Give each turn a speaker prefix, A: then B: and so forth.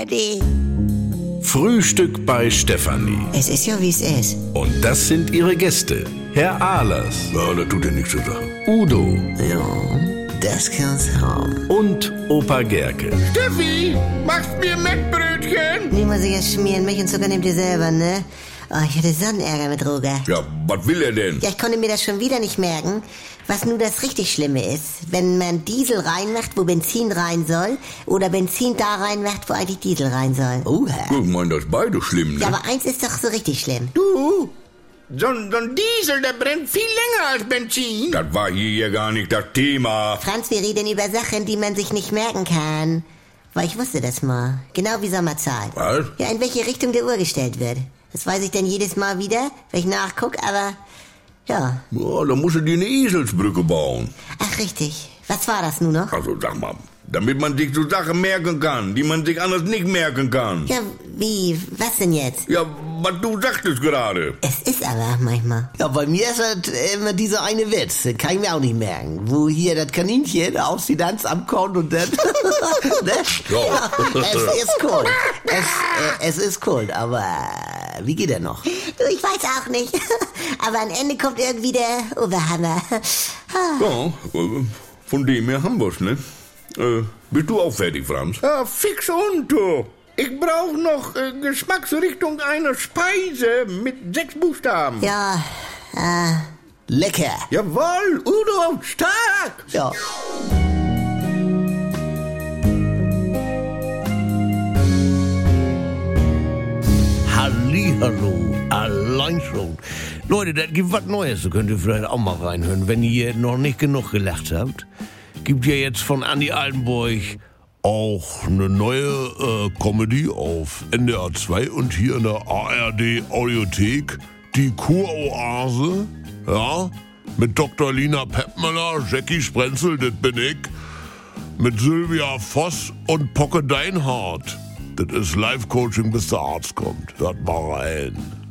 A: Eddie.
B: Frühstück bei Stefanie.
A: Es ist ja, wie es ist.
B: Und das sind ihre Gäste. Herr Ahlers. Ja, da tut er nichts zu sagen. Udo
A: Ja, das kann's haben.
B: und Opa Gerke.
C: Steffi, machst mir Mettbrötchen?
A: Die muss ich jetzt schmieren. Milch und Zucker nehmt ihr selber, ne? Oh, ich hatte so einen Ärger mit Roger.
C: Ja, was will er denn?
A: Ja, ich konnte mir das schon wieder nicht merken, was nun das richtig Schlimme ist. Wenn man Diesel reinmacht, wo Benzin rein soll, oder Benzin da reinmacht, wo eigentlich Diesel rein soll. Uha.
C: Ich meine, das ist beide schlimm,
A: Ja,
C: ne?
A: aber eins ist doch so richtig schlimm.
D: Du, so, ein- so ein Diesel, der brennt viel länger als Benzin.
C: Das war hier ja gar nicht das Thema.
A: Franz, wir reden über Sachen, die man sich nicht merken kann. Weil ich wusste das mal. Genau wie Sommerzahl.
C: Was?
A: Ja, in welche Richtung der Uhr gestellt wird. Das weiß ich dann jedes Mal wieder, wenn ich nachguck, aber ja.
C: Ja, da musst du dir eine Eselsbrücke bauen.
A: Ach richtig. Was war das nun noch?
C: Also sag mal, damit man sich so Sachen merken kann, die man sich anders nicht merken kann.
A: Ja, wie? Was denn jetzt?
C: Ja, was du sagtest gerade.
A: Es ist aber manchmal.
E: Ja, bei mir ist das immer dieser eine Witz, den kann ich mir auch nicht merken. Wo hier das Kaninchen aufs Finanzamt kommt und dann... ne?
C: Ja.
E: Es ist Kult. Es, äh, es ist Kult, aber äh, wie geht er noch?
A: Du, ich weiß auch nicht. aber am Ende kommt irgendwie der Oberhammer.
C: Ja, äh, von dem her haben wir's, ne? Äh, bist du auch fertig, Franz?
D: Ja, fix unto. Ich brauche noch äh, Geschmacksrichtung einer Speise mit sechs Buchstaben.
A: ja, äh,
E: Lecker.
D: Jawohl, Udo, stark.
E: Ja.
F: Hallihallo, allein schon. Leute, das gibt was Neues, da könnt ihr vielleicht auch mal reinhören, wenn ihr noch nicht genug gelacht habt. Gibt ja jetzt von Andy Altenburg auch eine neue äh, Comedy auf NDR 2 und hier in der ARD Audiothek, die Kuroase, ja, mit Dr. Lina Peppmüller, Jackie Sprenzel, das bin ich mit Sylvia Voss und Pocke Deinhardt. Das ist Life-Coaching, bis der Arzt kommt. Hört mal rein.